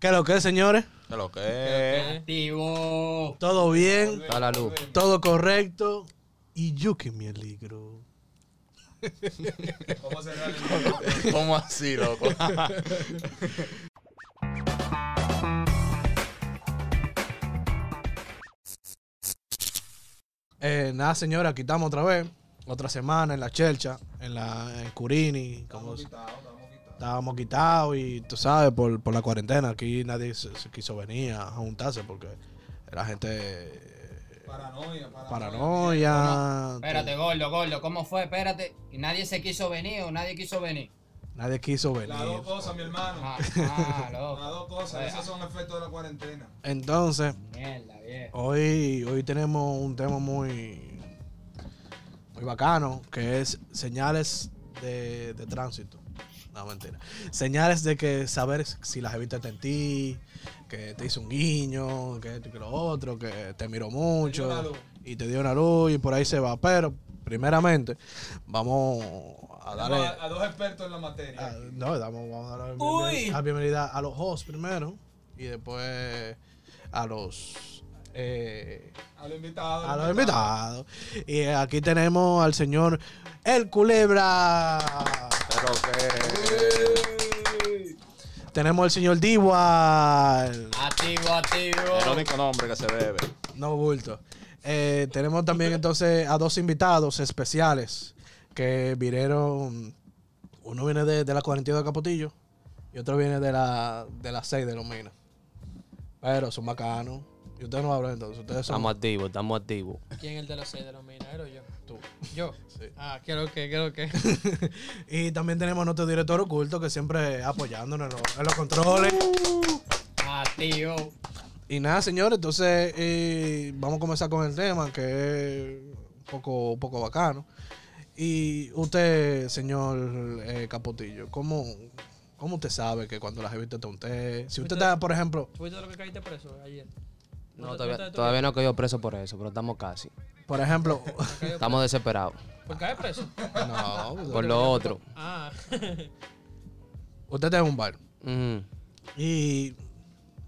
¿Qué lo que es, señores? ¿Qué lo que Activo. Todo bien, Está la luz. todo correcto. Y Yuki, mi peligro. es? ¿Cómo así, loco? Eh, nada, señora, aquí estamos otra vez. Otra semana en la chelcha, en la en Curini. como- estábamos quitados y tú sabes, por, por la cuarentena, aquí nadie se, se quiso venir a juntarse porque la gente. eh, Paranoia, paranoia. Paranoia. Espérate, gordo, gordo, ¿cómo fue? Espérate. Y nadie se quiso venir o nadie quiso venir. Nadie quiso venir. Las dos cosas, mi hermano. Ah, ah, Las loco. dos cosas. Esos son efectos de la cuarentena. Entonces, Mierda, viejo. hoy, hoy tenemos un tema muy, muy bacano, que es señales de, de tránsito. No, mentira. Señales de que saber si la jevita está en ti, que te hizo un guiño, que esto y que lo otro, que te miró mucho Te dio una luz. y te dio una luz y por ahí se va. Pero, primeramente, vamos a darle... A, a dos expertos en la materia. Ah, no, damos- vamos a dar la bienvenida, la bienvenida a los hosts primero y después a los eh, a los invitados. a los invitados. Y aquí tenemos al señor El Culebra. ¿Qué lo que Tenemos al señor Diwal. El Activo, activo. único nombre que se bebe. No bulto. Eh, tenemos también entonces a dos invitados especiales que vinieron. Uno viene de, de la 42 de Capotillo y otro viene de la, de la 6 de Los Minas. Pero son bacanos. Y ustedes no hablan entonces. Ustedes son. Estamos activos, estamos activos. ¿Quién es el de los seis de los mineros? Yo. Tú. Yo. Sí. Ah, creo que, creo que. y también tenemos a nuestro director oculto que siempre apoyándonos en, los- en los controles. Activo. Y nada, señores, entonces eh, vamos a comenzar con el tema que es un poco, un poco bacano. Y usted, señor eh, Capotillo, ¿cómo, ¿cómo usted sabe que cuando la jevita te a usted? Si usted está, por ejemplo, ¿Tú viste lo que caíste preso ayer? No, todavía, todavía no he caído preso por eso, pero estamos casi. por ejemplo, Estamos desesperados. ¿Por caer preso? no, Por lo otro. Ah. usted está en un bar Ujú. y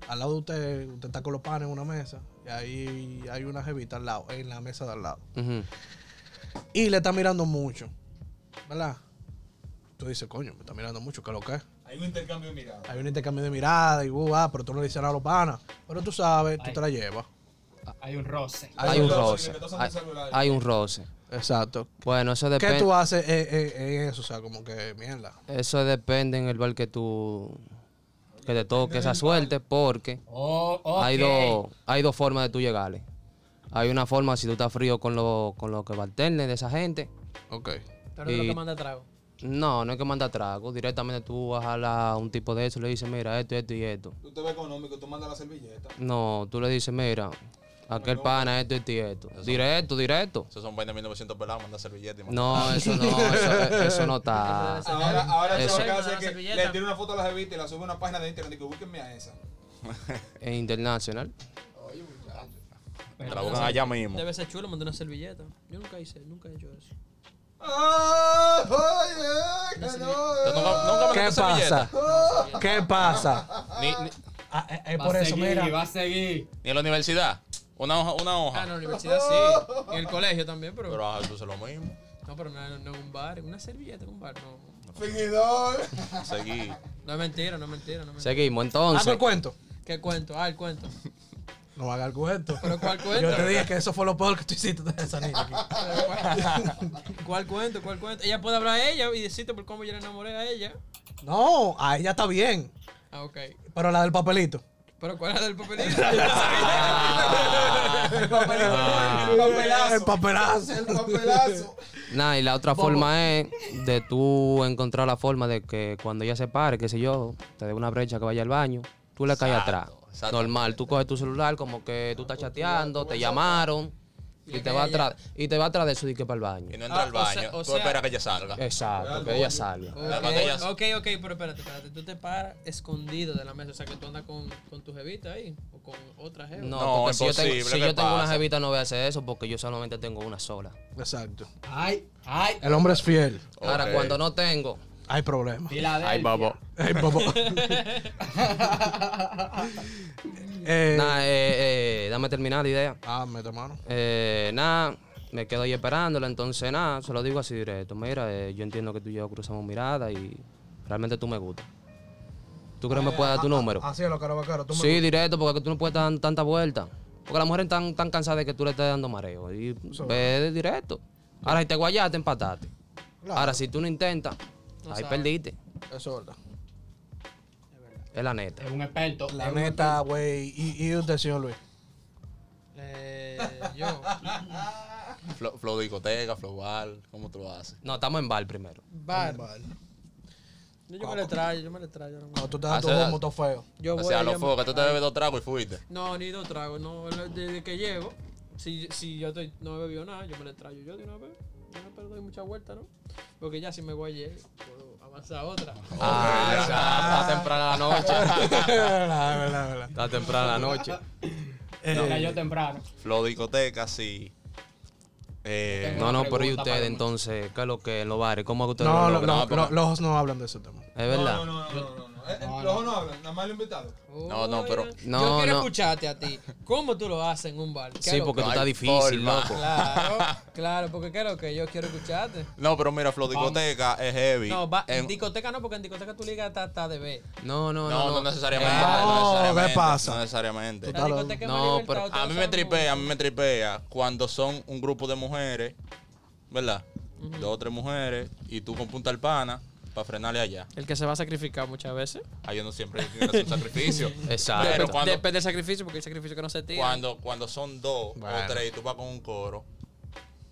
al lado de usted, usted está con los panes en una mesa y ahí hay una jevita al lado, en la mesa de al lado. Ujú. y le está mirando mucho, ¿verdad? Tú dices, coño, me está mirando mucho, ¿qué es lo que es? Hay un intercambio de miradas. Hay un intercambio de miradas y uh, ah, pero tú no le dices nada a los panas. Pero tú sabes, tú te la llevas. Hay un roce. Hay un roce. que todos son Hay, celulares. hay un roce. Exacto. Bueno, eso ¿Qué tú depende. haces eh, eh, en eso? O sea, como que mierda. Eso depende en el bar que tú. Que te toque esa suerte, porque Oh, ok. hay dos, hay dos formas de tú llegarle. Hay una forma si tú estás frío con los con lo que bartenden de esa gente. Ok. Pero no es lo Y- que manda trago. No, no es que manda trago. Directamente tú vas a la- un tipo de eso y le dices, mira, esto, esto y esto. Tú te ves económico, tú mandas la servilleta. No, tú le dices, mira, aquel pana, esto, esto y esto. Directo, directo. Esos son 20.900 pelados, manda servilletas. y No, eso no, eso, eso no está. Ahora, ahora eso Eso. lo que hace La es que servilleta. le tira una foto a la jevita y la sube a una página de internet y que búsquenme a esa. Es internacional. manda. La Ah, buscan allá mismo. Debe ser chulo mandar una servilleta. Yo nunca hice, nunca he hecho eso. ¡Ah! ¡Ay, eh! ¡Que no! Tú nunca- nunca mandaste ¿Qué servilleta. pasa? ¿Qué pasa? Ni, ni, Ah, eh, eh, Va por a eso, seguir, mira. va a seguir. ni en la universidad. Una hoja, una Ah, en hoja. la universidad sí. En el colegio también, pero. Pero ah, tú haces lo mismo. No, pero no, no en un bar. En una servilleta, en un bar. No. Fingidor. Seguí. No es mentira, no es mentira, no es mentira. Seguimos, Hago entonces. el cuento. ¿Qué cuento? Ah, el cuento. No haga el cuento. ¿Pero cuál Yo te cuento? dije que eso fue lo peor que tú hiciste de esa niña aquí. Pero cuál- ¿Cuál cuento? ¿Cuál cuento? Ella puede hablar a ella y decirte por cómo yo la enamoré a ella. No, a ella está bien. Ah, ok. Pero la del papelito. ¿Pero cuál era el papelito? El papelito. El El papelazo. papelazo. El papelazo. Nah, y la otra forma es de tú encontrar la forma de que cuando ella se pare, qué sé yo, te dé una brecha que vaya al baño, tú le caes atrás. exacto. Normal, tú coges tu celular como que tú estás chateando, te llamaron y te va atrás y te va atrás de eso y que para el Y baño. no entra Ah, al o sea- baño. o tú sea- Eh, esperas que ella salga. Exacto, que ella salga. Las botellas- Ok, ok, pero espérate, espérate. Tú te paras escondido de la mesa. O sea, que tú andas con, con tu jevita ahí o con otra jeva. No, No, porque si yo tengo, imposible, si ¿qué yo tengo una pasa? jevita no voy a hacer eso porque yo solamente tengo una sola. Exacto. Ay, ay. El hombre es fiel. Ahora, Ok. cuando no tengo, eh, Hay problemas. Filadelfia. Ay, babo. Ay, papá. Eh, Nada, eh, eh, dame terminar la idea. Ah, mete mano. Eh, nada, me quedo ahí esperándola, entonces nada, se lo digo así directo. Mira, eh, yo entiendo que tú y yo cruzamos miradas y realmente tú me gustas. ¿Tú crees Ah, que me puedes dar tu número? Así es lo caro, vaquero. Tú me- Sí, directo, porque tú no puedes dar tanta vuelta. Porque las mujeres están tan cansadas de que tú le estés dando mareo. Y ve de directo. Ahora, si te guayaste, empataste. Claro. Ahora, si tú no intentas, No ahí sabes. perdiste. Eso es verdad. Es la neta. Es un experto. La neta, güey. Y, y usted, señor Luis. Eh, yo. Flow flow discoteca, flow bar, ¿cómo tú lo haces? No, estamos en bar primero. Bar. Vale. Yo, yo me le traigo, yo me le traigo. yo no me- Cuando tú te das tu Hace- humo, todo feo. Yo o voy sea, a los llamar- fuegos, que tú te bebes dos tragos y fuiste. No, ni dos tragos, no. Desde que llego, si, si yo estoy- no he bebido nada, yo me le traigo yo de una vez. Yo no doy mucha vuelta, ¿no? Porque ya si me voy a llegar, puedo avanzar a otra. Ah, ya, está temprana la noche. verdad, verdad, verdad. Está temprana la noche. No Eh, cayó temprano. Flow discoteca, sí. Eh, No, no, Una pero ¿y pregunta, ustedes Paloma. entonces? ¿qué es lo que en los bares? ¿Cómo es que ustedes No, lo- lo logran? no, no, los no hablan de ese tema. Es verdad. No, no, no, no, no, no. Eh, eh, No, los no. no hablan, nada más los invitados. No, no, pero- Oye, No, yo quiero no. escucharte a ti. ¿Cómo tú lo haces en un bar? ¿Qué es Sí, lo porque que- tú No estás hay difícil, forma. loco. Claro, claro, porque creo que yo quiero escucharte. no, pero mira, flow discoteca es heavy. No, va, en En- discoteca no, porque en discoteca tú ligas hasta, hasta de B. No, no, no, no, no. necesariamente. Eh, no, necesariamente, ¿qué pasa? No necesariamente. Total, no, pero- A mí me tripea, a mí me tripea cuando son un grupo de mujeres, ¿verdad? Dos o tres mujeres y tú con punta al pana para frenarle allá. El que se va a sacrificar muchas veces. Ahí uno siempre tiene que hacer un sacrificio. Exacto. Pero Dep- cuando, Depende del sacrificio, porque hay sacrificio que no se tira. cuando, cuando son dos Bueno. o tres y tú vas con un coro,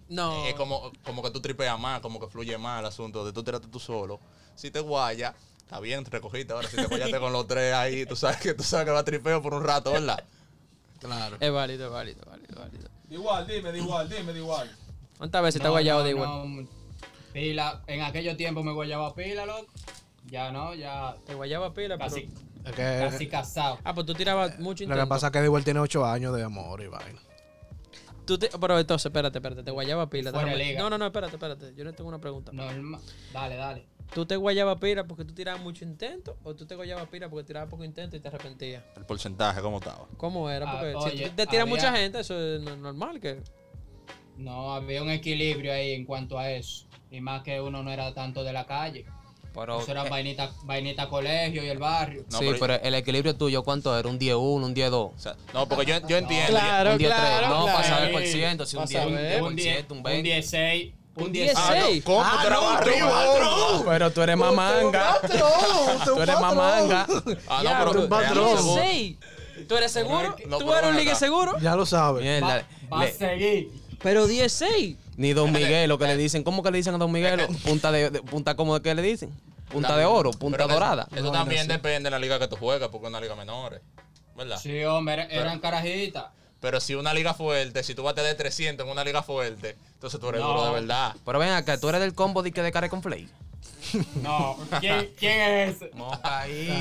No. es como, como que tú tripeas más, como que fluye más el asunto de tú tirarte tú solo. Si te guayas, está bien, te recogiste. Ahora si te guayaste con los tres ahí, tú sabes que tú sabes que va tripeo por un rato, ¿verdad? Claro. Es válido, es válido, es válido, es válido. Da igual, dime, da igual, dime, da igual. ¿Cuántas veces te No, has guayado no, de igual? no. Pila. En aquellos tiempos me guayaba pila, loco. Ya no, ya Te guayaba pila, pero... casi, Es casi que, casado. Ah, pues tú tirabas mucho lo que intento. pasa es que Dewell tiene 8 años de amor y vaina. Tú te- Pero entonces, espérate, espérate, te guayaba pila. Fuera déjame- liga. No, no, no, espérate, espérate. Yo no tengo una pregunta. Normal. Dale, dale. ¿Tú te guayaba pila porque tú tirabas mucho intento o tú te guayabas pila porque tirabas poco intento y te arrepentías? El porcentaje, ¿cómo estaba? ¿Cómo era? Ah, Porque si oye, tú te tiras había- mucha gente, eso es no- normal que... No, había un equilibrio ahí en cuanto a eso. Y más que uno no era tanto de la calle. Pero, Eso era vainita, vainita colegio y el barrio. No, sí, pero- pero el equilibrio tuyo, ¿cuánto era? ¿Un 10-1, un 10-2? O sea, no, porque yo, yo entiendo. Claro, un 10-3. claro, no, claro. para saber por ciento, si un Para saber. 10, un un 10, 10, un un 20. 16, un Un 16. Ah, 16. Ey. ¿Cómo tú te la vas arriba, otro? Pero tú eres más manga. Tú eres más manga. Ah, no, pero. un patrón. déjame seguro. ¿Tú eres seguro? No, ¿Tú pero eres ven un ligue acá. seguro? Ya lo sabes. Va, Mierda. va a le- seguir. Pero 16. ni Don Miguel, lo que le dicen. ¿Cómo que le dicen a Don Miguel? Punta de, de- punta ¿cómo que le dicen? Punta de oro, punta Pero que- dorada. Eso también depende de la liga que tú juegas, porque es una liga menores. ¿Verdad? Sí, hombre, era- eran carajitas. Pero si una liga fuerte, si tú bates de 300 en una liga fuerte, entonces tú eres No. duro de verdad. Pero ven acá, tú eres del combo de que de cara con Flay. No, ¿quién, quién es ese? Moca ahí. no,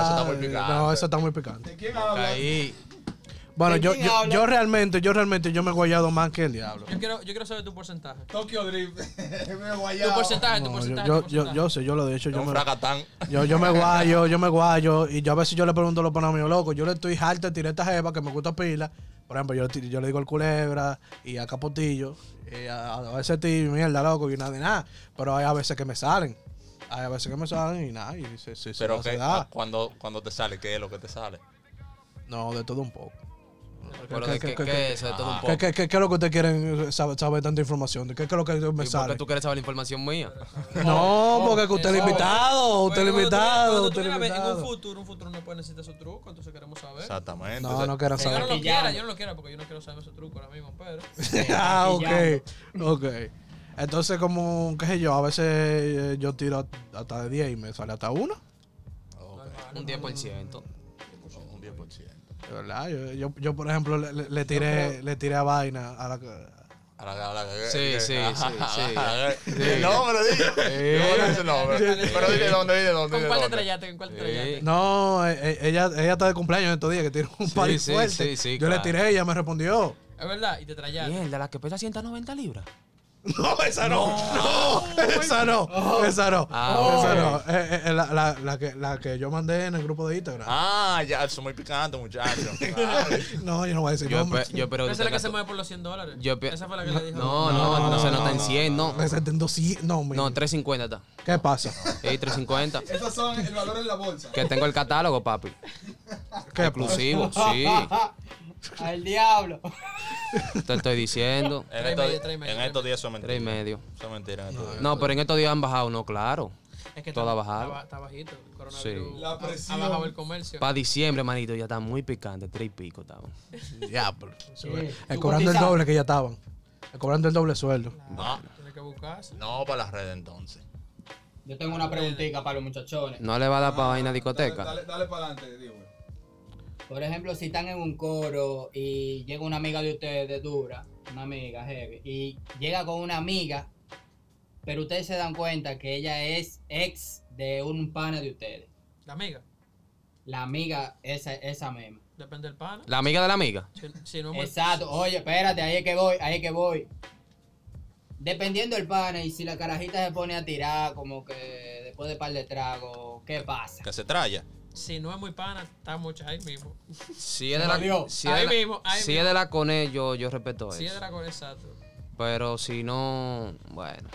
eso está muy picante. No, eso está muy picante. ¿De quién hablan? Ahí. Bueno, ¿De yo, quién yo, habla? yo realmente, yo realmente, yo me he guayado más que el diablo. Yo quiero, yo quiero saber tu porcentaje. Tokyo Drift. me Tu guayaba. porcentaje, tu No, yo, porcentaje. yo, tu yo, porcentaje. yo sé, yo lo he dicho, Es yo un me, fracatán. yo, yo me guayo, yo me guayo. Y yo a veces yo le pregunto a los panameños, loco, yo le estoy harta de tirar esta jeva que me gusta pila. Por ejemplo, yo, le tiro- yo le digo al culebra y a Capotillo, y a, a veces ti, mierda, loco, y nada de nada. Pero hay a veces que me salen. Hay a veces que me salen y nada, y se, se, se Pero no se que, ah. da. cuando, cuando te sale, ¿qué es lo que te sale? No, de todo un poco. Pero de que, que eso, de todo un ¿Qué, poco. qué, qué- qué es lo que ustedes quieren saber, saber tanta información? ¿De qué, qué es lo que ¿Y me por qué sale? tú quieres saber la información mía? No, porque que usted es Eso. invitado, Porque usted es oh, cuando tú- invitado, cuando tú usted es vienes a ver En un invitado. futuro, un futuro no puede necesitar su truco, entonces queremos saber. Exactamente. No, no quiero Yo no saber. lo Maquillado. quiera, yo no lo quiera porque yo no quiero saber su truco ahora mismo, pero. ah, Maquillando. ok. Ok. Entonces, como, qué sé yo, a veces eh, yo tiro hasta de 10 y me sale hasta 1. Un 10%. Un 10%. De verdad, yo, yo, yo, por ejemplo, le, le- le tiré, le tiré a vaina a la que- A la- a la- Sí, sí, sí, sí. No, pero dile. No, no, no, pero, pero dile dónde, dile dónde. ¿Con dile cuál te dónde. trayaste? ¿Con cuál te Sí. trayaste? No, eh, eh, ella, ella está de cumpleaños en estos días que tiró un Sí, par sí, fuerte. sí, sí, yo claro. le tiré y ella me respondió. Es verdad, y te trayaste. Mierda, la que pesa 190 libras. No, esa no. No, esa no. Esa no. Ah, esa no. Eh, eh, eh, la, la- la que, la que yo mandé en el grupo de Instagram. Ah, ya, eso es muy picante, muchachos. No, yo no voy a decir Ah. Yo, nombre. espe- yo espero que Esa es la que se tú- mueve por los 100 dólares. Yo pe- Esa fue la que le dijo. No, no, no, se nota en 100, no. Me senté en 200. No, mi- No, 350 está. ¿Qué pasa? Sí, 350. Esos son el valor en la bolsa. Que tengo el catálogo, papi. ¿Qué pasa? Exclusivo, sí. Al diablo. Te estoy diciendo. En, Tres estos, medio, tres medio, en tres estos días son Tres y mentiras. medio. Son mentiras. en estos días. No, pero en estos días han bajado, no, claro. Es que Toda está, bajada. Está, ba- está bajito. El coronavirus Sí. La ha- presión. Ha, bajado el comercio. Para diciembre, manito, ya está muy picante, tres y pico estaba. Diablo. Sí. Eh, cobrando el doble que ya estaban. Eh, cobrando el doble sueldo. No, Tiene que buscarse. no para las redes entonces. Yo tengo una preguntita para los muchachones. No le va a dar para vaina Dale, discoteca. dale, dale para adelante, digo. Por ejemplo, si están en un coro y llega una amiga de ustedes de dura, una amiga heavy, y llega con una amiga, pero ustedes se dan cuenta que ella es ex de un pana de ustedes. La amiga. La amiga, esa, esa misma. Depende del pana. La amiga de la amiga. Si, si no pues, es Exacto. Oye, espérate, ahí es que voy, ahí es que voy. Dependiendo del pana y si la carajita se pone a tirar como que después de par de tragos, ¿qué pasa? Que se traya. si no es muy pana, está mucho ahí mismo. Si es de Me jodió. la, si es de Ahí la- mismo, ahí si mismo. es de la cone, yo, yo respeto Pues Si es eso. dragón, exacto. Pero si no, bueno.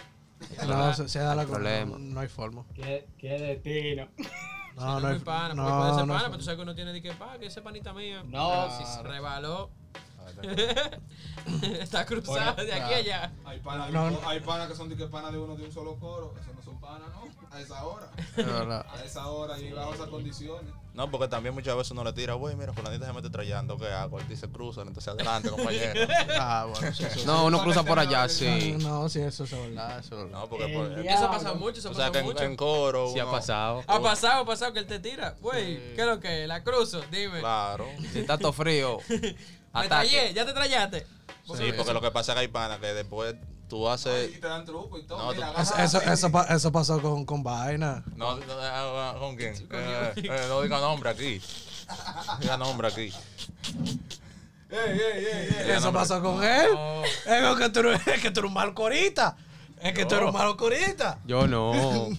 No, se, se da la problema. No, no hay forma. ¿Qué, qué destino? No, no No, es hay muy pana, no, porque puede no ser pana, hay pero tú forma. sabes que uno tiene de que, pa, que esa panita mía. No. Pero si se rebaló. Está cruzada de aquí a allá. Hay panas No, de- no. hay panas que son de que panas de uno de un solo coro. Esos no son panas, ¿no? A esa hora. De verdad. A esa hora y bajo esas condiciones. No, porque también muchas veces uno le tira, güey, mira, fulanita se mete trayando, ¿qué hago? Y se cruzan, entonces adelante, compañero. Ah, bueno, sí, eso- No, uno cruza por allá, sí. No, sí, eso es verdad. Eso es verdad. No, porque El pues, diablo. Eso ha pasado mucho, eso tú ha sabes que pasado en, mucho. en coro. Si ha uno- pasado. Ha pasado, ha pasado que él te tira. Güey, ¿qué es lo que? es? La cruzo, dime. Claro. Si está todo frío. Me trayé, Ataque. ya te trayaste. Sí, porque lo que pasa es que hay panas que después tú Y haces. te dan truco y todo. No, Mira, tú- agarra Eso, la eso, tele. eso pa- eso pasó con, con vaina. No, no, ah, ah, ¿con quién? Eh, eh, no diga nombre aquí. Diga nombre aquí. Ey, ey, ey, ey. Eso no me- pasó con él. No. Es lo que tú, eres- es que tú eres un mal corita. Es que tú eres un mal corita. Yo no.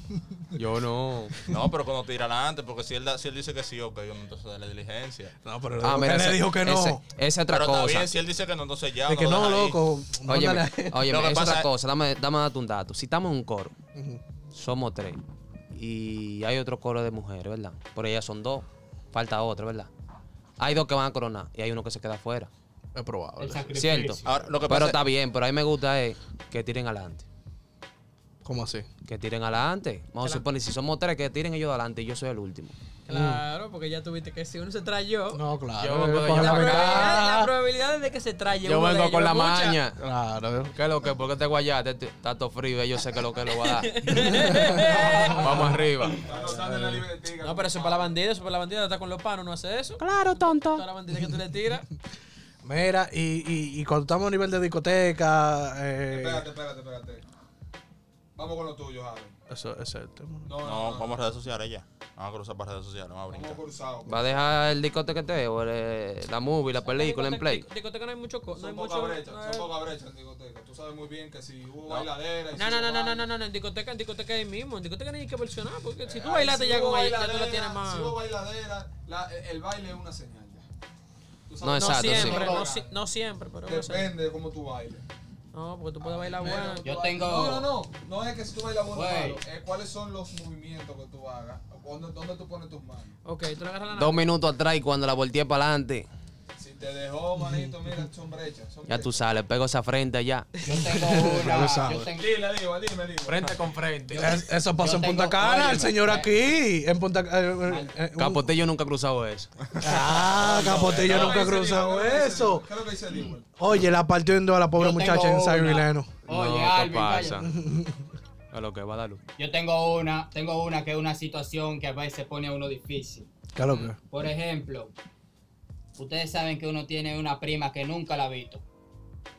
Yo no. No, pero cuando tira adelante, porque si él, da- si él dice que sí, ok, uno entonces da la diligencia. No, pero Ah, mira, él ese- le dijo que no. ese- Esa es otra pero cosa. está bien, si él dice que no, entonces ya. de que lo no, deja ahí. loco. Oye, ah, mándale a- oye, Lo que es pasa otra es- cosa, dame, dame darte un dato. Si estamos en un coro, Ujú. somos tres, y hay otro coro de mujeres, ¿verdad? Por ellas son dos, falta otra, ¿verdad? Hay dos que van a coronar y hay uno que se queda afuera, Es probable. El sacrificio. ¿cierto? Ahora, Ah, lo que Pero pasa está bien, pero a mí me gusta es que tiren adelante. ¿Cómo así? Que tiren adelante. Vamos a Claro. suponer, si somos tres, que tiren ellos adelante y yo soy el último. Claro, porque ya tuviste que si uno se trayó. No, claro. Yo me puedo coge La la llevar- probabilidad, ventaja. la probabilidad es de que se traye Yo uno de vengo ellos con la es mucha. maña. Claro. ¿Qué es lo que? ¿Por qué te guayaste? Te- Está todo frío y yo sé que lo que lo va a dar. Vamos arriba. Está anotando en la libretica. No, pero eso es para la bandida, eso es para la bandida. Está con los panos, no hace eso. Claro, Toda tonto. la bandida que tú le tiras. Mira, y, y, y cuando estamos a nivel de discoteca. Eh, Espérate, espérate, espérate. Vamos con lo tuyo, Javi. eso, ese es el tema. No, No, vamos a redes sociales ya. Vamos a cruzar para redes sociales, vamos a Vamos brincar. cruzado. ¿Va a dejar el discoteca que te o el, eh, la movie, la película en play? Discoteca- Discoteca no hay mucho. co- No hay Son mucho. pocas brechas, son No, pocas brechas en discoteca. Tú sabes muy bien que si hubo bailadera y si no, hubo no, no, no, baile- no, no, no, en discoteca, en discoteca ahí mismo, en discoteca no hay que versionar, porque si tú Ay, bailaste si ya hubo con ella, ya tú la bailadera, tienes más. Si hubo bailadera, la- el baile es una señal ya. Tú sabes- No, No Exacto, sí. siempre, no, Ahora, si- no siempre, pero no sé. Depende de cómo tú bailes. No, porque tú puedes bailar Pero bueno. tú Yo bailas- tengo- No, no, no. No es que si tú bailas bueno o Güey. malo. Es cuáles son los movimientos que tú hagas. o ¿Dónde, dónde tú pones tus manos? Ok, tú le agarras la Dos nave. minutos atrás y cuando la volteé para adelante, Si te dejó, manito, mira, son brechas. Son ya tú brechas. sales, pego esa frente allá. Yo tengo una. lo yo sabes. tengo- Dile, dile, dile, dile. Frente con frente. Es- eso pasó Yo en tengo- Punta Cana, óyeme, el señor eh. aquí. En Punta eh, Cana. Capotillo nunca ha cruzado eso. Ah, Capotillo ¿Qué nunca ha es lo que dice cruzado Diego? ¿Qué es lo que dice eso. Diego? ¿Qué es lo que dice Diego? Oye, la partió en dos a la pobre yo muchacha tengo en San una. Vileno. Oye, ¿qué Alvin, pasa? vaya. A lo que va a dar luz. Yo tengo una, tengo una que es una situación que a veces pone a uno difícil. ¿Qué es lo que? Por ejemplo, ustedes saben que uno tiene una prima que nunca la ha visto.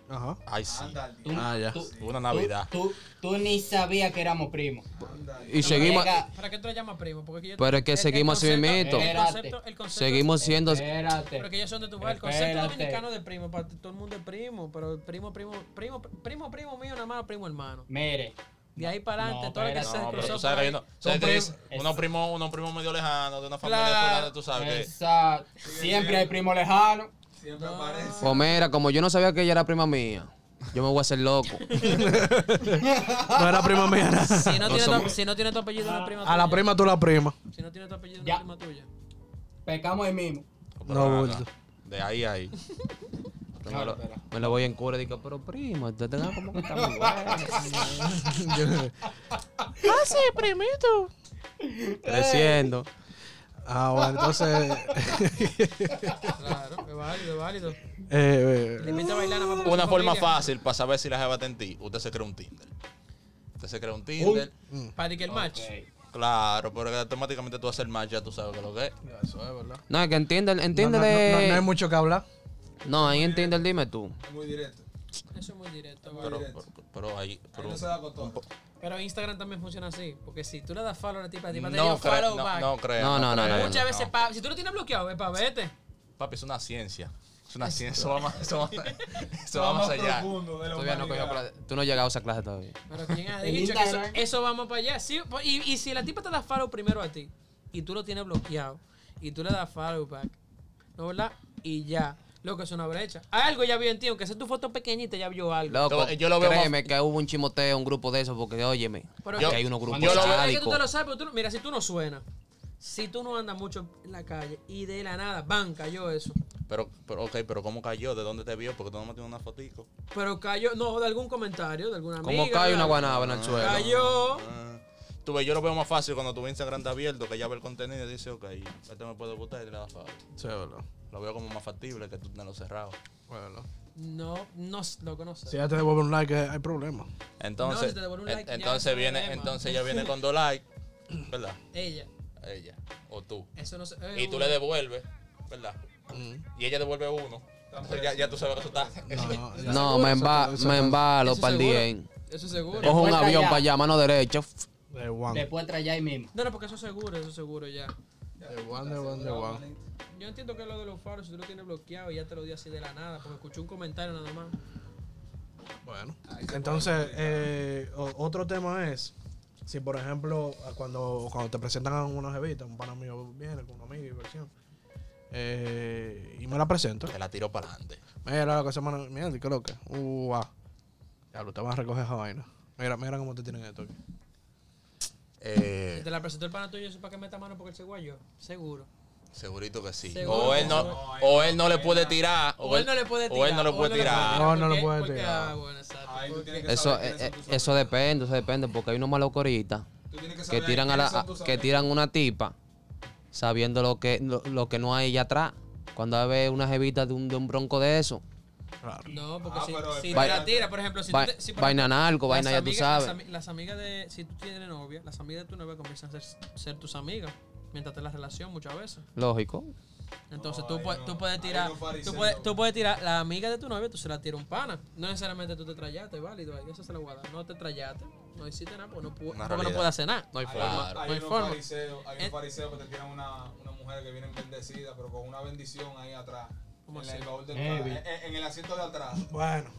Ajá. Ay, sí. Ándale, Mm. Tú- Ah, ya. tú- Una Navidad. Tú, tú ni sabías que éramos primos. ándale. Y seguimos. Llega- ¿Para qué tú le llamas primo? Porque yo- Pero es que el- el seguimos así mismito. concepto- El concepto, el concepto- Seguimos siendo. Pero que Espérate. ellos son de tu barrio. El concepto Espérate. dominicano de primo, para ti todo el mundo es primo, pero el primo, primo, primo, primo, primo mío, nada más primo hermano. Mire, De ahí para adelante, No, todo lo que espérate. se No, pero cruzó tú sabes que hay por uno- ahí, sabes son que primos. es unos primos unos primos medio lejanos de una familia Claro. fulana, tú sabes que. esa- siempre hay primo lejano. Siempre aparece. Pues mira, como yo no sabía que ella era prima mía, yo me voy a hacer loco. No era prima mía. nada. Si no, tiene tu, si no tiene tu apellido, una prima tuya. Ah, A la prima tú la prima. Si no tiene tu apellido, Ya. una prima tuya. Pecamos ahí mismo. Pero No, nada, bulto. De ahí a ahí. Me lo, me lo voy en cura y digo, pero primo, usted tenga como que está muy bueno. Ah, sí, primito. Creciendo. Ah, bueno, entonces. Claro, es válido, es válido. eh, eh, Te invito a bailar nada más porque Una son forma familia. fácil para saber si la jeva está en ti. Usted se crea un Tinder. Usted se crea un Tinder. Para que el match. Ok. Claro, pero que automáticamente tú haces el match, ya tú sabes que lo que es. Eso es verdad. No, es que en Tinder, en No, no, no, Tinder no- es- no hay mucho que hablar. No, ahí en Tinder dime tú. Es muy directo. Eso es muy directo. Pero, válido. pero, pero ahí. Ahí Pero, no se da con todo. Pero Instagram también funciona así. Porque si tú le das follow a la tipa, la tipa te no, dio creo, follow no, back. no creo. No, no, no, creo, no, Muchas veces, pa- si tú lo tienes bloqueado, es para vete. Papi, es una ciencia. Es una ciencia. Eso va más, eso va más- eso va más allá. profundo de la Todavía no cogió humanidad. clase. Tú no has llegado a esa clase todavía. Pero ¿quién ha El dicho que eso, Instagram. eso vamos para allá? Sí, po- y, y si la tipa te da follow primero a ti y tú lo tienes bloqueado y tú le das follow back, ¿no verdad? Y ya, lo que es una brecha. Algo ya vio en ti, aunque sea tu foto pequeñita, ya vio algo. Loco, Yo- yo lo veo créeme que hubo un chimoteo, un grupo de esos, porque óyeme, Pero que yo- hay unos grupos yo lo veo- Es que tú te lo sádicos. sabes, pero tú no- mira, si tú no suenas, si tú no andas mucho en la calle y de la nada, van, cayó eso. Pero, pero, ok, pero ¿cómo cayó? ¿De dónde te vio? Porque tú no me tienes una fotico. Pero cayó, no, de algún comentario, de alguna amiga. Como cae de una algo. guanaba en el suelo. Cayó. Ah. Tú ves, yo lo veo más fácil cuando tu Instagram está abierto, que ya ve el contenido y dice, ok, este me puede gustar y le da favor. Sí, es verdad. Lo veo como más factible que tú tenerlo cerrado. Bueno. No, no, lo conoces. Si ya te devuelve un like, eh, hay problema. Entonces, No, si te devuelve un en- like, ya entonces es viene, problema. entonces ella viene con dos likes, ¿verdad? Ella, Ella, o tú. eso no se. Y tú le devuelves, ¿verdad? Y ella devuelve uno. Entonces ya, ya tú sabes que eso está. No, ya. No, me emba- Eso- eso- me embalo Eso para el seguro. día. eh. Eso es seguro. Cojo un Vuelta avión ya. para allá, mano derecha. f- De one. Después trae ahí mismo. No, no, porque eso es seguro, eso es seguro ya. De one, de one, de one. Yo entiendo que lo de los faros, si tú lo tienes bloqueado y ya te lo di así de la nada, porque escuché un comentario nada más. Bueno. Entonces, eh, o- otro tema es. Si por ejemplo, a cuando, cuando te presentan a una jevita, un pana mío viene con una amiga y versión, eh, y me la presento. Te la tiro para adelante. Mira lo que semana, mira, ¿qué lo que? Uh, ah. Ya lo te van a recoger esa vaina. Mira, mira cómo te tienen esto aquí. Eh. Y te la presentó el pana tuyo, eso para que meta mano porque él se guayó. Seguro. Segurito que sí. Seguro O que él no, sí. o él no le puede tirar. O él no le puede tirar. O él no le puede tirar. No, no le porque- puede porque- tirar. Ah, bueno, exacto. Ahí tú tienes que Eso, saber eh, quiénes eh, son tus eso amigos. depende, eso depende, porque hay unos malocoritas Tú tienes que saber tiran a la, quiénes son a- tus que amigos. tiran una tipa sabiendo lo que, lo, lo que no hay allá atrás. Cuando ve una jevita de un, de un bronco de eso, Claro. No, porque Ah, si, pero si espérate. te la tira, por ejemplo, si, vai- tú te- si por vaina ejemplo, narco, las vaina ya tú amigas- sabes. Las, ami- las amigas de, si tú tienes novia, las amigas de tu novia comienzan a ser, ser tus amigas mientras te la relación muchas veces. Lógico. Entonces No, tú, ahí puedes- no. tú puedes Ahí tirar, no fariseo. tú, puedes, tú puedes tirar la amiga de tu novia, tú se la tiras un pana. No necesariamente tú te trayaste, válido, ahí, eso se la guarda. No te trayaste, no hiciste nada, pues no, pu- Una tampoco no realidad. puedes hacer nada. No hay forma. No Hay hay unos forma. fariseos, hay unos Eh. fariseos que te tiran una, una mujer que vienen bendecida, pero con una bendición ahí atrás. ¿Cómo en, así? el baúl del Heavy. carro, en- en el asiento de atrás. Bueno,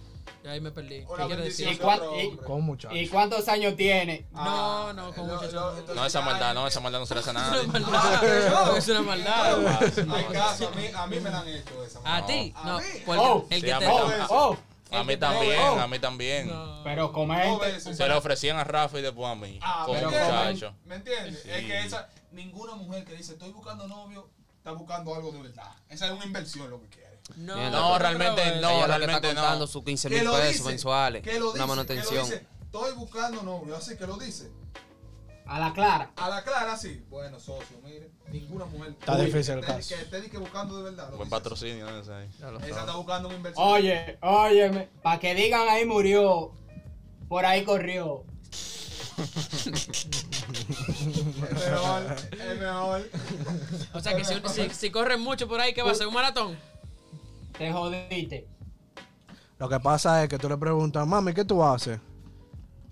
Y ahí me perdí. Una ¿Qué quieres bendición decir? de cuál- otro y- hombre. con muchachos. ¿Y cuántos años tiene? Ah, no, con lo- muchachos lo- no. entonces No, esa ya maldad, hay- no, esa maldad no se le hace a Es una nadie. maldad. Es una maldad. Ah, Hay casos, a mí, a mí me la han hecho esa. A maldad. ti, A no, mí. porque Oh. el Sí, que a te mí Oh, Ah, también. A oh, mí el que te- también, Oh. a mí también. No. pero Dos comente. veces. Se lo ofrecían a Rafa y después a mí. Ah, con pero un ¿cómo? muchacho. ¿Me entiendes? Es Sí. que esa, ninguna mujer que dice estoy buscando novio está buscando algo de verdad. Esa es una inversión lo que quiere. No, Mierda. No, realmente pero- No, Ella es Eh, la que está realmente no. contando sus 15 Que mil lo pesos dice, mensuales. que lo dice, una que lo manutención. dice, Estoy buscando novio, así que lo dice. A la clara. A la clara, sí. Bueno, socio, mire, ninguna mujer. Está difícil el que- caso. Que esté que buscando de verdad. lo Buen dice. patrocinio ese ahí. Esa está buscando una inversión. Oye, óyeme. Para que digan ahí murió. Por ahí corrió. Es mejor, es mejor. O sea que si, si, si corren mucho por ahí, ¿qué va a ser? ¿Un maratón? Te jodiste. Lo que pasa es que tú le preguntas, mami, ¿qué tú haces?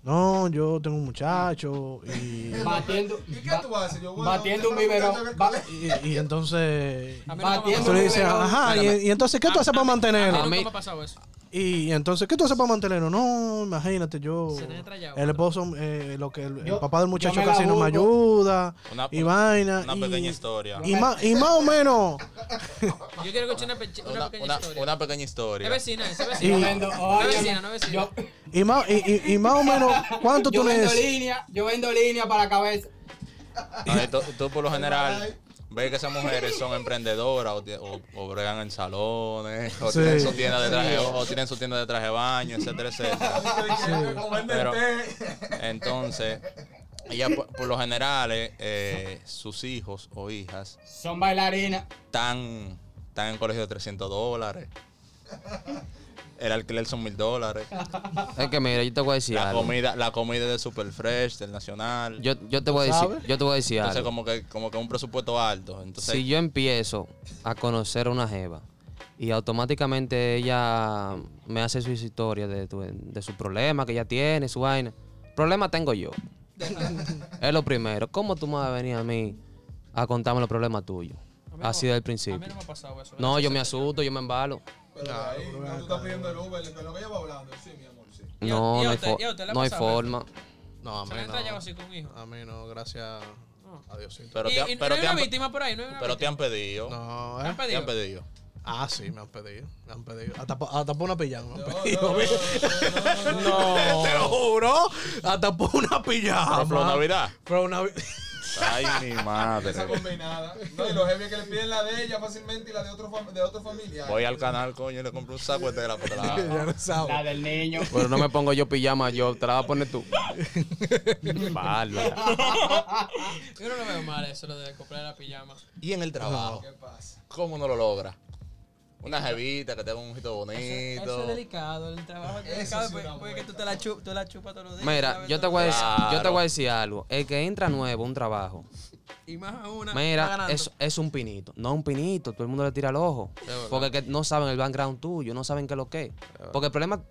No, yo tengo un muchacho y, Batiendo- ¿Y qué ba- tú haces? Yo, batiendo un usted está biberón, preguntando en el ba- colegio. y- y entonces... A mí Batiendo Tú le dices, Pero, ajá, y, espérame. y entonces, ¿qué tú haces para A mí mantenerlo? nunca me ha pasado eso. Y entonces, ¿qué tú haces para mantenerlo? No, imagínate, yo. Se te ha trallado. El esposo, eh, lo que el, el Yo- papá del yo muchacho me la casi no me ayuda. Una- y vaina. Una Ah, y, pequeña historia. Y, ma- y más o menos. Yo quiero escuchar una, peche- una Una, pequeña una- historia. una pequeña Es historia. vecina, es Y- vecina. Yo vendo, No es oye, vecina, no es vecina. yo, Y más, y, y- y más o menos, ¿cuánto yo tú vendo necesitas? línea, yo vendo línea para la cabeza. Ay, tú, tú por lo general ves que esas mujeres son emprendedoras o, tie- o, o bregan en salones, o Sí. tienen su tienda de traje, o tienen su tienda de traje de baño, etcétera, etcétera. Yo dije, comerme Pero- té. Entonces, ella por, por lo general, eh, eh, sus hijos o hijas Son bailarinas. están, están en colegio de 300 dólares. El alquiler son mil dólares. Es que mira, yo te voy a decir La algo. comida, la comida de Super Fresh, del Nacional. Yo, yo te voy a decir, sabes? yo te voy a decir Entonces, algo. como que, como que un presupuesto alto. Entonces, Si yo empiezo a conocer a una jeva y automáticamente ella me hace su historia de, tu- de su problema que ella tiene, su vaina. Problema tengo yo. es lo primero. ¿Cómo tú me vas a venir a mí a contarme los problemas tuyos? A mí no- Así desde el A mí principio. no me ha pasado eso. No, yo me asusto, yo me embalo. Pero ahí, no, tú estás pidiendo el Uber, pero lo que ella va hablando, sí, mi amor, sí. ¿Y a- No, y a no hay, usted- fo- y a usted le ha no hay pasado eso? forma. No, a Se le ha trallado así con un hijo. A mí no, gracias a Diosito. pero Y- te, han- y pero no hay te una han, víctima por ahí, no hay una pero te víctima. han pedido. No, ¿Te eh. han Te pedido? han pedido. Ah, sí, me han pedido. Me han pedido. Hasta, po- hasta por una pijama. Me han No, pedido. no, no, no, no, no. Te lo juro. Hasta por una Pero Flow pijama. Navidad. Pero una vi- Ay, mi Esa madre. combinada. No, y los heavy que le piden la de ella fácilmente y la de otro, fam- de otro familiar. Voy al canal, coño, y le compro un saco de tela para Ya la no sabes. La del niño. Pero no me pongo yo pijama, yo te la vas a poner tú. Bárbara. Yo no lo veo mal eso, lo de comprar la pijama. Y en el trabajo, ¿Qué pasa? ¿cómo no lo logra? Una jevita que tenga un ojito Eso es bonito. delicado, el trabajo es Eso delicado sí porque, da porque vuelta. tú, te la chu- tú la chupas todos los días. Mira, ¿sabes? yo te, voy a decir, yo te Claro. voy a decir algo. El que entra nuevo a un trabajo, Y más a una. está mira, ganando. es, es un pinito. No un pinito, todo el mundo le tira el ojo. Porque que no saben el background tuyo, no saben qué es lo que es. Porque el problema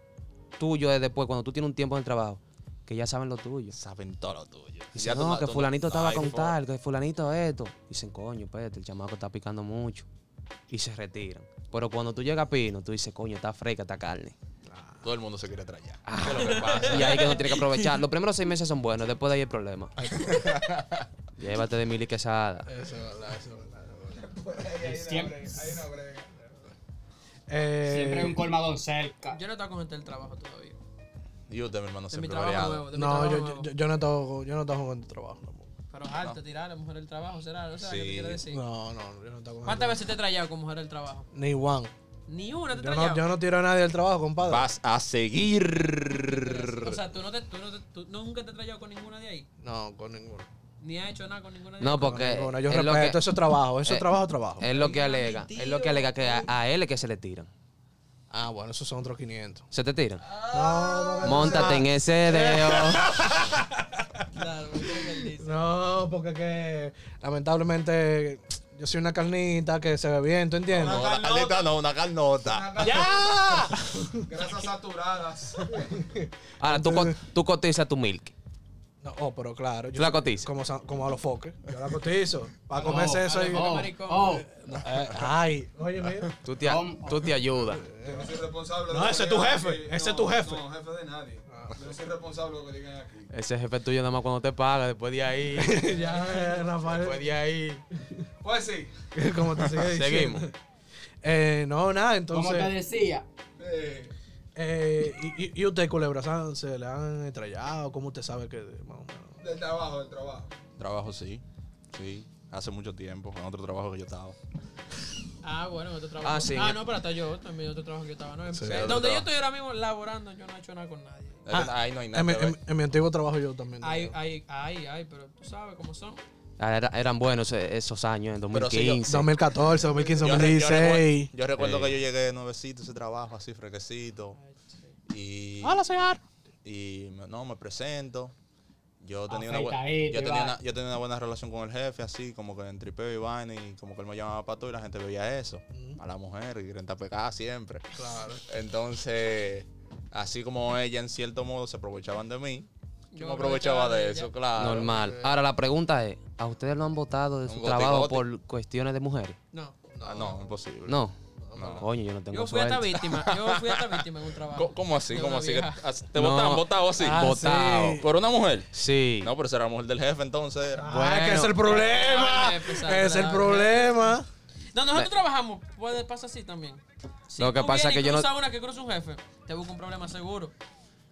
tuyo es después, cuando tú tienes un tiempo en el trabajo, que ya saben lo tuyo. Saben todo lo tuyo. Dicen, tú no, que tú fulanito estaba con iPhone. tal, que fulanito esto. Dicen, coño, espérate, el chamaco está picando mucho. Y se retiran. Pero cuando tú llegas a Pino, tú dices, coño, está fresca esta carne. Todo el mundo se quiere trallar. Ah. ¿Qué es lo que pasa? Y ahí que uno tiene que aprovechar. Los primeros seis meses son buenos, después de ahí el problema. Llévate de mil y quesada. Eso es verdad, eso es verdad. Por ahí hay una Siempre- brega. Hay una brega. Eh, Siempre hay un colmadón cerca. Yo no estaba con gente del trabajo todavía. Y usted, mi hermano, De mi siempre trabajo variado. nuevo. De mi No, trabajo yo, nuevo. yo, yo- yo no estaba yo no estaba jugando trabajo tampoco. Pero alto, tirar a la mujer del trabajo, será. O sea, ¿qué te Sí. quiero decir? No, no, yo no estaba ¿Cuántas veces te he trayado con mujer del trabajo? Ni Juan. Ni una te he Yo no, trayado. yo no tiro a nadie del trabajo, compadre. Vas a seguir. O sea, tú, no te, tú, no te, tú nunca te has trayado con ninguna de ahí. No, con ninguno. Ni has hecho nada con ninguna de No, ahí. Con porque ninguno. Yo es, lo respeto, que, eso es trabajo, eso es eh, trabajo, trabajo. es lo que alega. Es lo que alega que a, a él es que se le tiran. ah, bueno, esos son otros 500. ¿Se te tiran? No, no, Móntate en ese dedo. Claro, porque es que él dice. no, porque que lamentablemente yo soy una carnita que se ve bien, ¿tú entiendes? No, una carnita, no, una carnota. ¡Ya! Grasas saturadas. Ahora, tú, co- tú cotizas tu milk. No, oh, pero claro. ¿Tú la cotizas? Como, sa- como a los foques. Yo la cotizo. Para Oh, comerse eso y... oh, maricón. oh. Eh, ay, oye, mira. Tú te, a- tú te ayudas. Yo no soy responsable. de No, lo ese que es tu digan jefe, aquí. ese es No, tu jefe. No, jefe de nadie. Yo no soy responsable de lo que digan aquí. Ese jefe tuyo nada más cuando te paga, después de ahí. ya, eh, después Rafael. de ahí. Pues sí. Como te sigue diciendo. Seguimos. Eh, no, nada, Como te entonces. decía, Eh, Eh, y, y- y usted, culebra, ¿se han- se le han estrellado? ¿Cómo usted sabe que.? más o menos? del trabajo, del trabajo. Trabajo sí. Sí. Hace mucho tiempo, en otro trabajo que yo estaba. Ah, bueno, en otro trabajo. Ah, sí. Ah, no, pero hasta yo también, en otro trabajo que yo estaba. No, en- Sí, donde otro yo trabajo. estoy ahora mismo laborando, yo no he hecho nada con nadie. Es que ahí no hay nada. Ah, en, mi, que ver. en- en mi antiguo trabajo yo también. Ay, ay, ay, ay, pero tú sabes cómo son. Ah, era- eran buenos eh, esos años, en Pero sí, yo- 2015. 2014, 2015, Yo re- yo recuer- 2016. Yo recuerdo que yo llegué nuevecito a ese trabajo, así frequecito. Y, Hola, señor. y me- no, me presento. Yo tenía, una, buena- Afeitadito, yo, tenía Iván. una, yo tenía una buena relación con el jefe, así como que en tripeo y vaina, y como que él me llamaba para todo y la gente veía eso. A la mujer y renta pecada siempre. Claro. Entonces, así como ella en cierto modo se aprovechaban de mí, yo Yo me aprovechaba aprovechaba de de eso, ella. claro. Normal. Ahora la pregunta es, ¿a ustedes lo han votado de su Un gote, trabajo gote. por cuestiones de mujeres? No. Ah, no, imposible. No. No. Coño, yo no tengo Yo fui hasta suerte. víctima. Yo fui hasta víctima en un trabajo. Co- ¿Cómo así? De ¿Cómo una así? vieja. Que- as- ¿Te No. votaban votado así? Ah, Votado. sí. ¿Por una mujer? Sí. No, pero será la mujer del jefe entonces. era. Bueno, es que es el Ah, problema. empezar, Es el claro. problema. No, nosotros trabajamos. Puede, pasa así también. Si Lo que tú pasa vienes es que y yo no- cruzas una que cruza un jefe, te busca un problema seguro.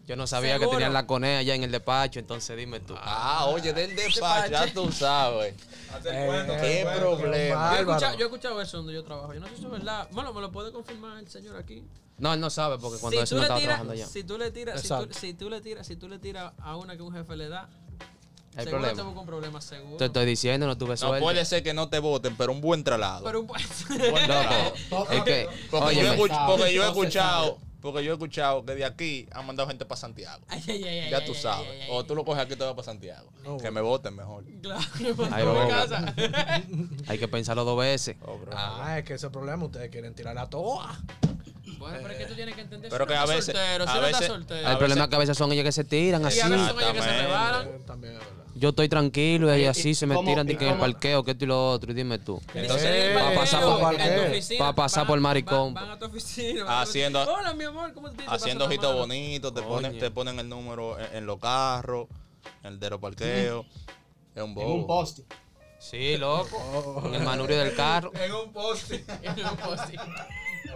Yo no sabía que Seguro. tenían la conea allá en el despacho, entonces dime tú. Ah, oye, del despacho, ya tú sabes. Hacer cuento, hacer Qué cuento. problema. Yo he, Bárbaro. escuchado, yo he escuchado eso donde yo trabajo. Yo no sé si es verdad. Bueno, me lo puede confirmar el señor aquí. No, él no sabe porque Pues cuando eso tú no le estaba tiras- trabajando allá. Si tú le tiras, si tú, Exacto. si tú le tiras, si tú le tiras a una que un jefe le da, Hay seguro problema. te busca un problema seguro. Te estoy diciendo, no tuve No suerte. puede ser que no te voten, pero un buen tralado. Pero un Loco, es que, Porque, yo, he óyeme, escuch- porque yo he Entonces, escuchado, porque yo he escuchado que de aquí han mandado gente para Santiago. Ay, ay, ay, ay, Ya ay, tú ay, sabes. ay, ay, O tú lo coges aquí y te vas para Santiago. Que me voten mejor. Claro, para Ay, tu bobo. casa. hay que pensarlo dos veces. Oh, bro. Ah, es que ese problema ustedes quieren tirar la toa. Bueno, pero es que tú tienes que entender Pero si que uno a está veces- soltero, si a uno está veces- soltero. a El problema veces- es que a veces son ellas que se tiran Y así. a veces son ellas que se Exactamente. rebalan. También es verdad. Yo estoy tranquilo y Oye, así ¿y se me cómo- tiran y de que en el cómo- parqueo, que esto y lo otro, y dime tú. Entonces, Tienen que va a salir pasar del por parqueo, parqueo. en tu oficina, Va a pasar van- por maricón. Van, van a tu oficina. van a tu Haciendo- oficina. Hola, mi amor, ¿cómo te te pasas Haciendo la ojitos mano? bonitos, te Oye. ponen, te ponen el número en, en los carros, en el de los parqueos. Es un En bobo. un post. Sí, loco. En el manubrio del carro. En un poste.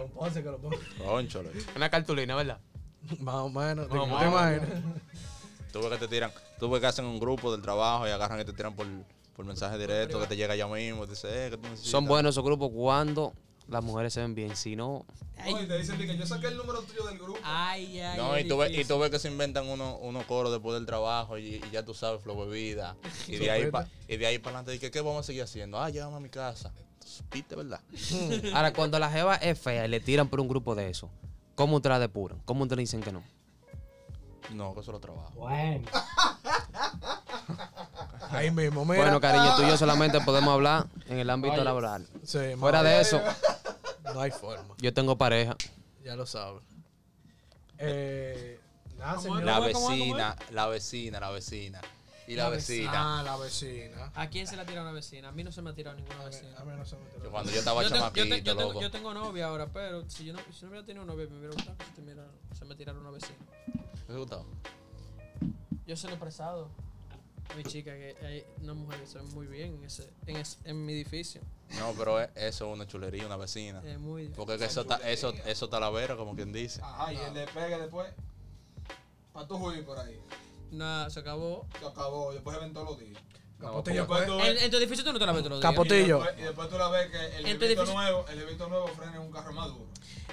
Un ponce que lo ponga. Cónchale. Una cartulina, ¿verdad? Más o menos. Más o ¿Te imaginas? Tú ves que te tiran, tú ves que hacen un grupo del trabajo y agarran y te tiran por, por mensaje directo que te llega ya mismo. Te dice, eh, que tú necesitas. Son buenos esos grupos cuando las mujeres se ven bien. Si no, Oye, te dicen de que yo saqué el número tuyo del grupo. Ay, ay, No, ay, y tú, ves, y difícil. tú ves que se inventan unos unos coros después del trabajo y, y ya tú sabes, flow bebida. Y de ahí para adelante, dije, ¿qué vamos a seguir haciendo? Ah, llévame a mi casa. Supiste, ¿verdad? ahora cuando la jeva es fea y le tiran por un grupo de eso, ¿cómo te la depuran? ¿Cómo te dicen que no? No, que eso lo trabajo. Bueno. Ahí mismo, mira. Bueno, cariño, tú ah. y yo solamente podemos hablar en el ámbito Oye. laboral. Sí, Fuera más- de eso, No hay forma. yo tengo pareja. Ya lo sabes. Eh, nada, ¿Cómo es? señora. La ¿Cómo es? ¿Cómo es? vecina, la vecina, la vecina. Y la, La vecina. Ah, la vecina. ¿A quién se la tira una vecina? A mí no se me ha tirado ninguna vecina. A mí no se me Yo tiró. Cuando yo estaba Yo tengo, yo, te- chamaquito, yo tengo- loco. yo tengo novia ahora, pero si yo no, si no hubiera tenido novia, me hubiera gustado que se, te mirara- se me tirara una vecina. ¿Te gustó? Yo se lo he expresado a mi chica que hay una mujer que se ve muy bien en, ese, en, ese- en mi edificio. No, pero es- eso es una chulería, una Ah. vecina. Es muy difícil. Porque que eso está, eso, eso talavera, como quien dice. Ajá, y él le pega después. Pa' tu juicio por ahí. Nada, se acabó. Se acabó. Después se ven todos los días. Capotillo, Después tú En, eh. ves- en tu edificio tú no te la ves todos los días. Capote- Capotillo. Y pues. después, y después tú la ves que el En tu evento edificio- nuevo, el evento nuevo frena un carro más duro.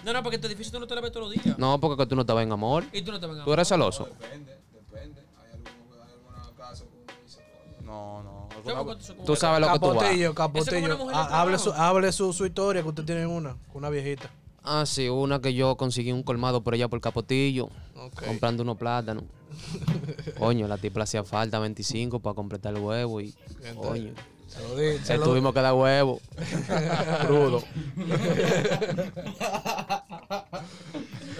No, no, porque en tu edificio tú no te la ves todos los días. No, porque tú no te en amor. Y tú no te vengas. Tú eres celoso. Depende, depende. Hay algunos hay algunos casos que uno dice, coño. No, no. Tú sabes lo que tú vas. Capotillo, Eso es como una capotillo. mujer de Ah, Hable su, trabajo. hable su, su historia, que usted tiene una, con una viejita. Ah, sí, una que yo conseguí un colmado por allá por Capotillo, Ok. comprando unos plátanos. Coño, la tipa le hacía falta 25 para completar el huevo y. Coño. Se lo di, se Le lo- tuvimos que dar huevo. Crudo.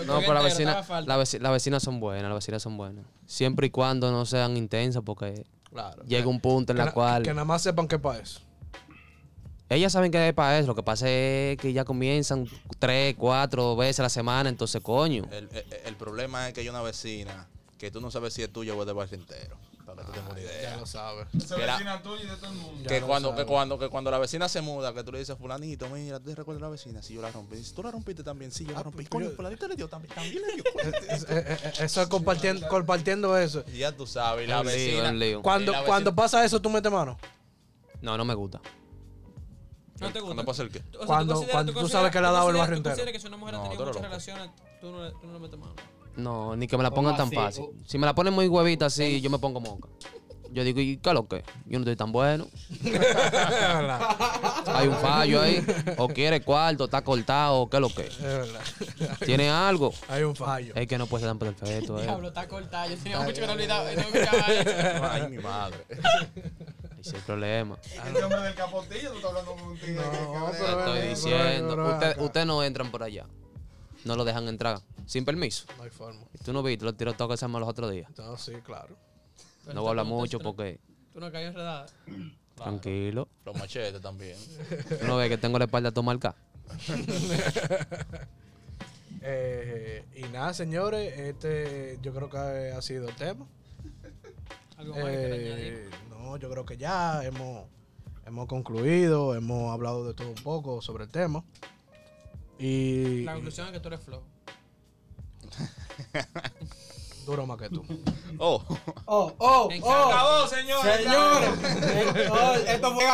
No, pero la vecina, la veci- las vecinas son buenas, las vecinas son buenas. Siempre y cuando no sean intensas, porque Claro. llega un punto en que la na- cual. Que nada más sepan qué para eso. Ellas saben que es para eso. Lo que pasa es que ya comienzan tres, cuatro veces a la semana, entonces coño. El, el- el problema es que hay una vecina que tú no sabes si es tuya o es de barrio entero. Para que tú tengas una idea. lo sabes. Esa Que la- vecina tuya y de todo el mundo. ya Que lo cuando, que, sabes. cuando, que cuando la vecina se muda, que tú le dices, fulanito, mira, ¿tú te recuerdas la vecina? Si yo la rompí. Si tú la rompiste también, sí, yo la rompí. Coño, fulanito le dio también, también le dio. coño. Eso es compartiendo, compartiendo eso. Y ya tú sabes, y Es la un lío, es vecina. un lío. Cuando, y la cuando vecina- pasa eso, tú metes mano. No, no me gusta. No te gusta. ¿Cuándo pasa el qué? O sea, Cuando- consideras- cuando tú consideras- sabes que le ha dado el consideras- barrio tú entero. consideras que si una mujer No, ha tenido tú eres muchas loco. relaciones, tú no, le- tú no le metes mano. No, ni que me la ¿Cómo pongan tan así? fácil. Oh. Si me la ponen muy huevita así, yo me pongo moca. Yo digo, ¿y qué es lo que? Yo no estoy tan bueno. verdad. Hay un fallo ahí. O quiere cuarto, está cortado, ¿qué es lo que? Es verdad. Eh. Tiene algo. Hay un fallo. Es que no puede ser tan perfecto. eh. Diablo, está cortada. Yo tenía mucho que no eh, olvidaba. No escuchaba eso. Ay, mi madre. Ese es el problema. Este hombre del capotillo, tú estás hablando con un tigre No, que cabrón. pero- Estoy ven, diciendo. ven, ven Ustedes acá. ustedes no entran por allá. No lo dejan entrar. Sin permiso. No hay forma. Y Tú no viste los tiros que se arman los otros días. No, sí, claro. No voy a hablar mucho porque. Tú no caes enredada. Tranquilo. Los machetes también. Tú no ves que tengo la espalda toda marcada. Eh, y nada, señores, este yo creo que ha sido el tema. Algo más que Eh, quieras añadir. no, yo creo que ya hemos, hemos concluido, hemos hablado de todo un poco sobre el tema. Y La conclusión es que tú eres flojo. duro más que tú. Oh. Oh, oh, Venga, oh. Acabó, señores. Señores, eh, oh, esto fue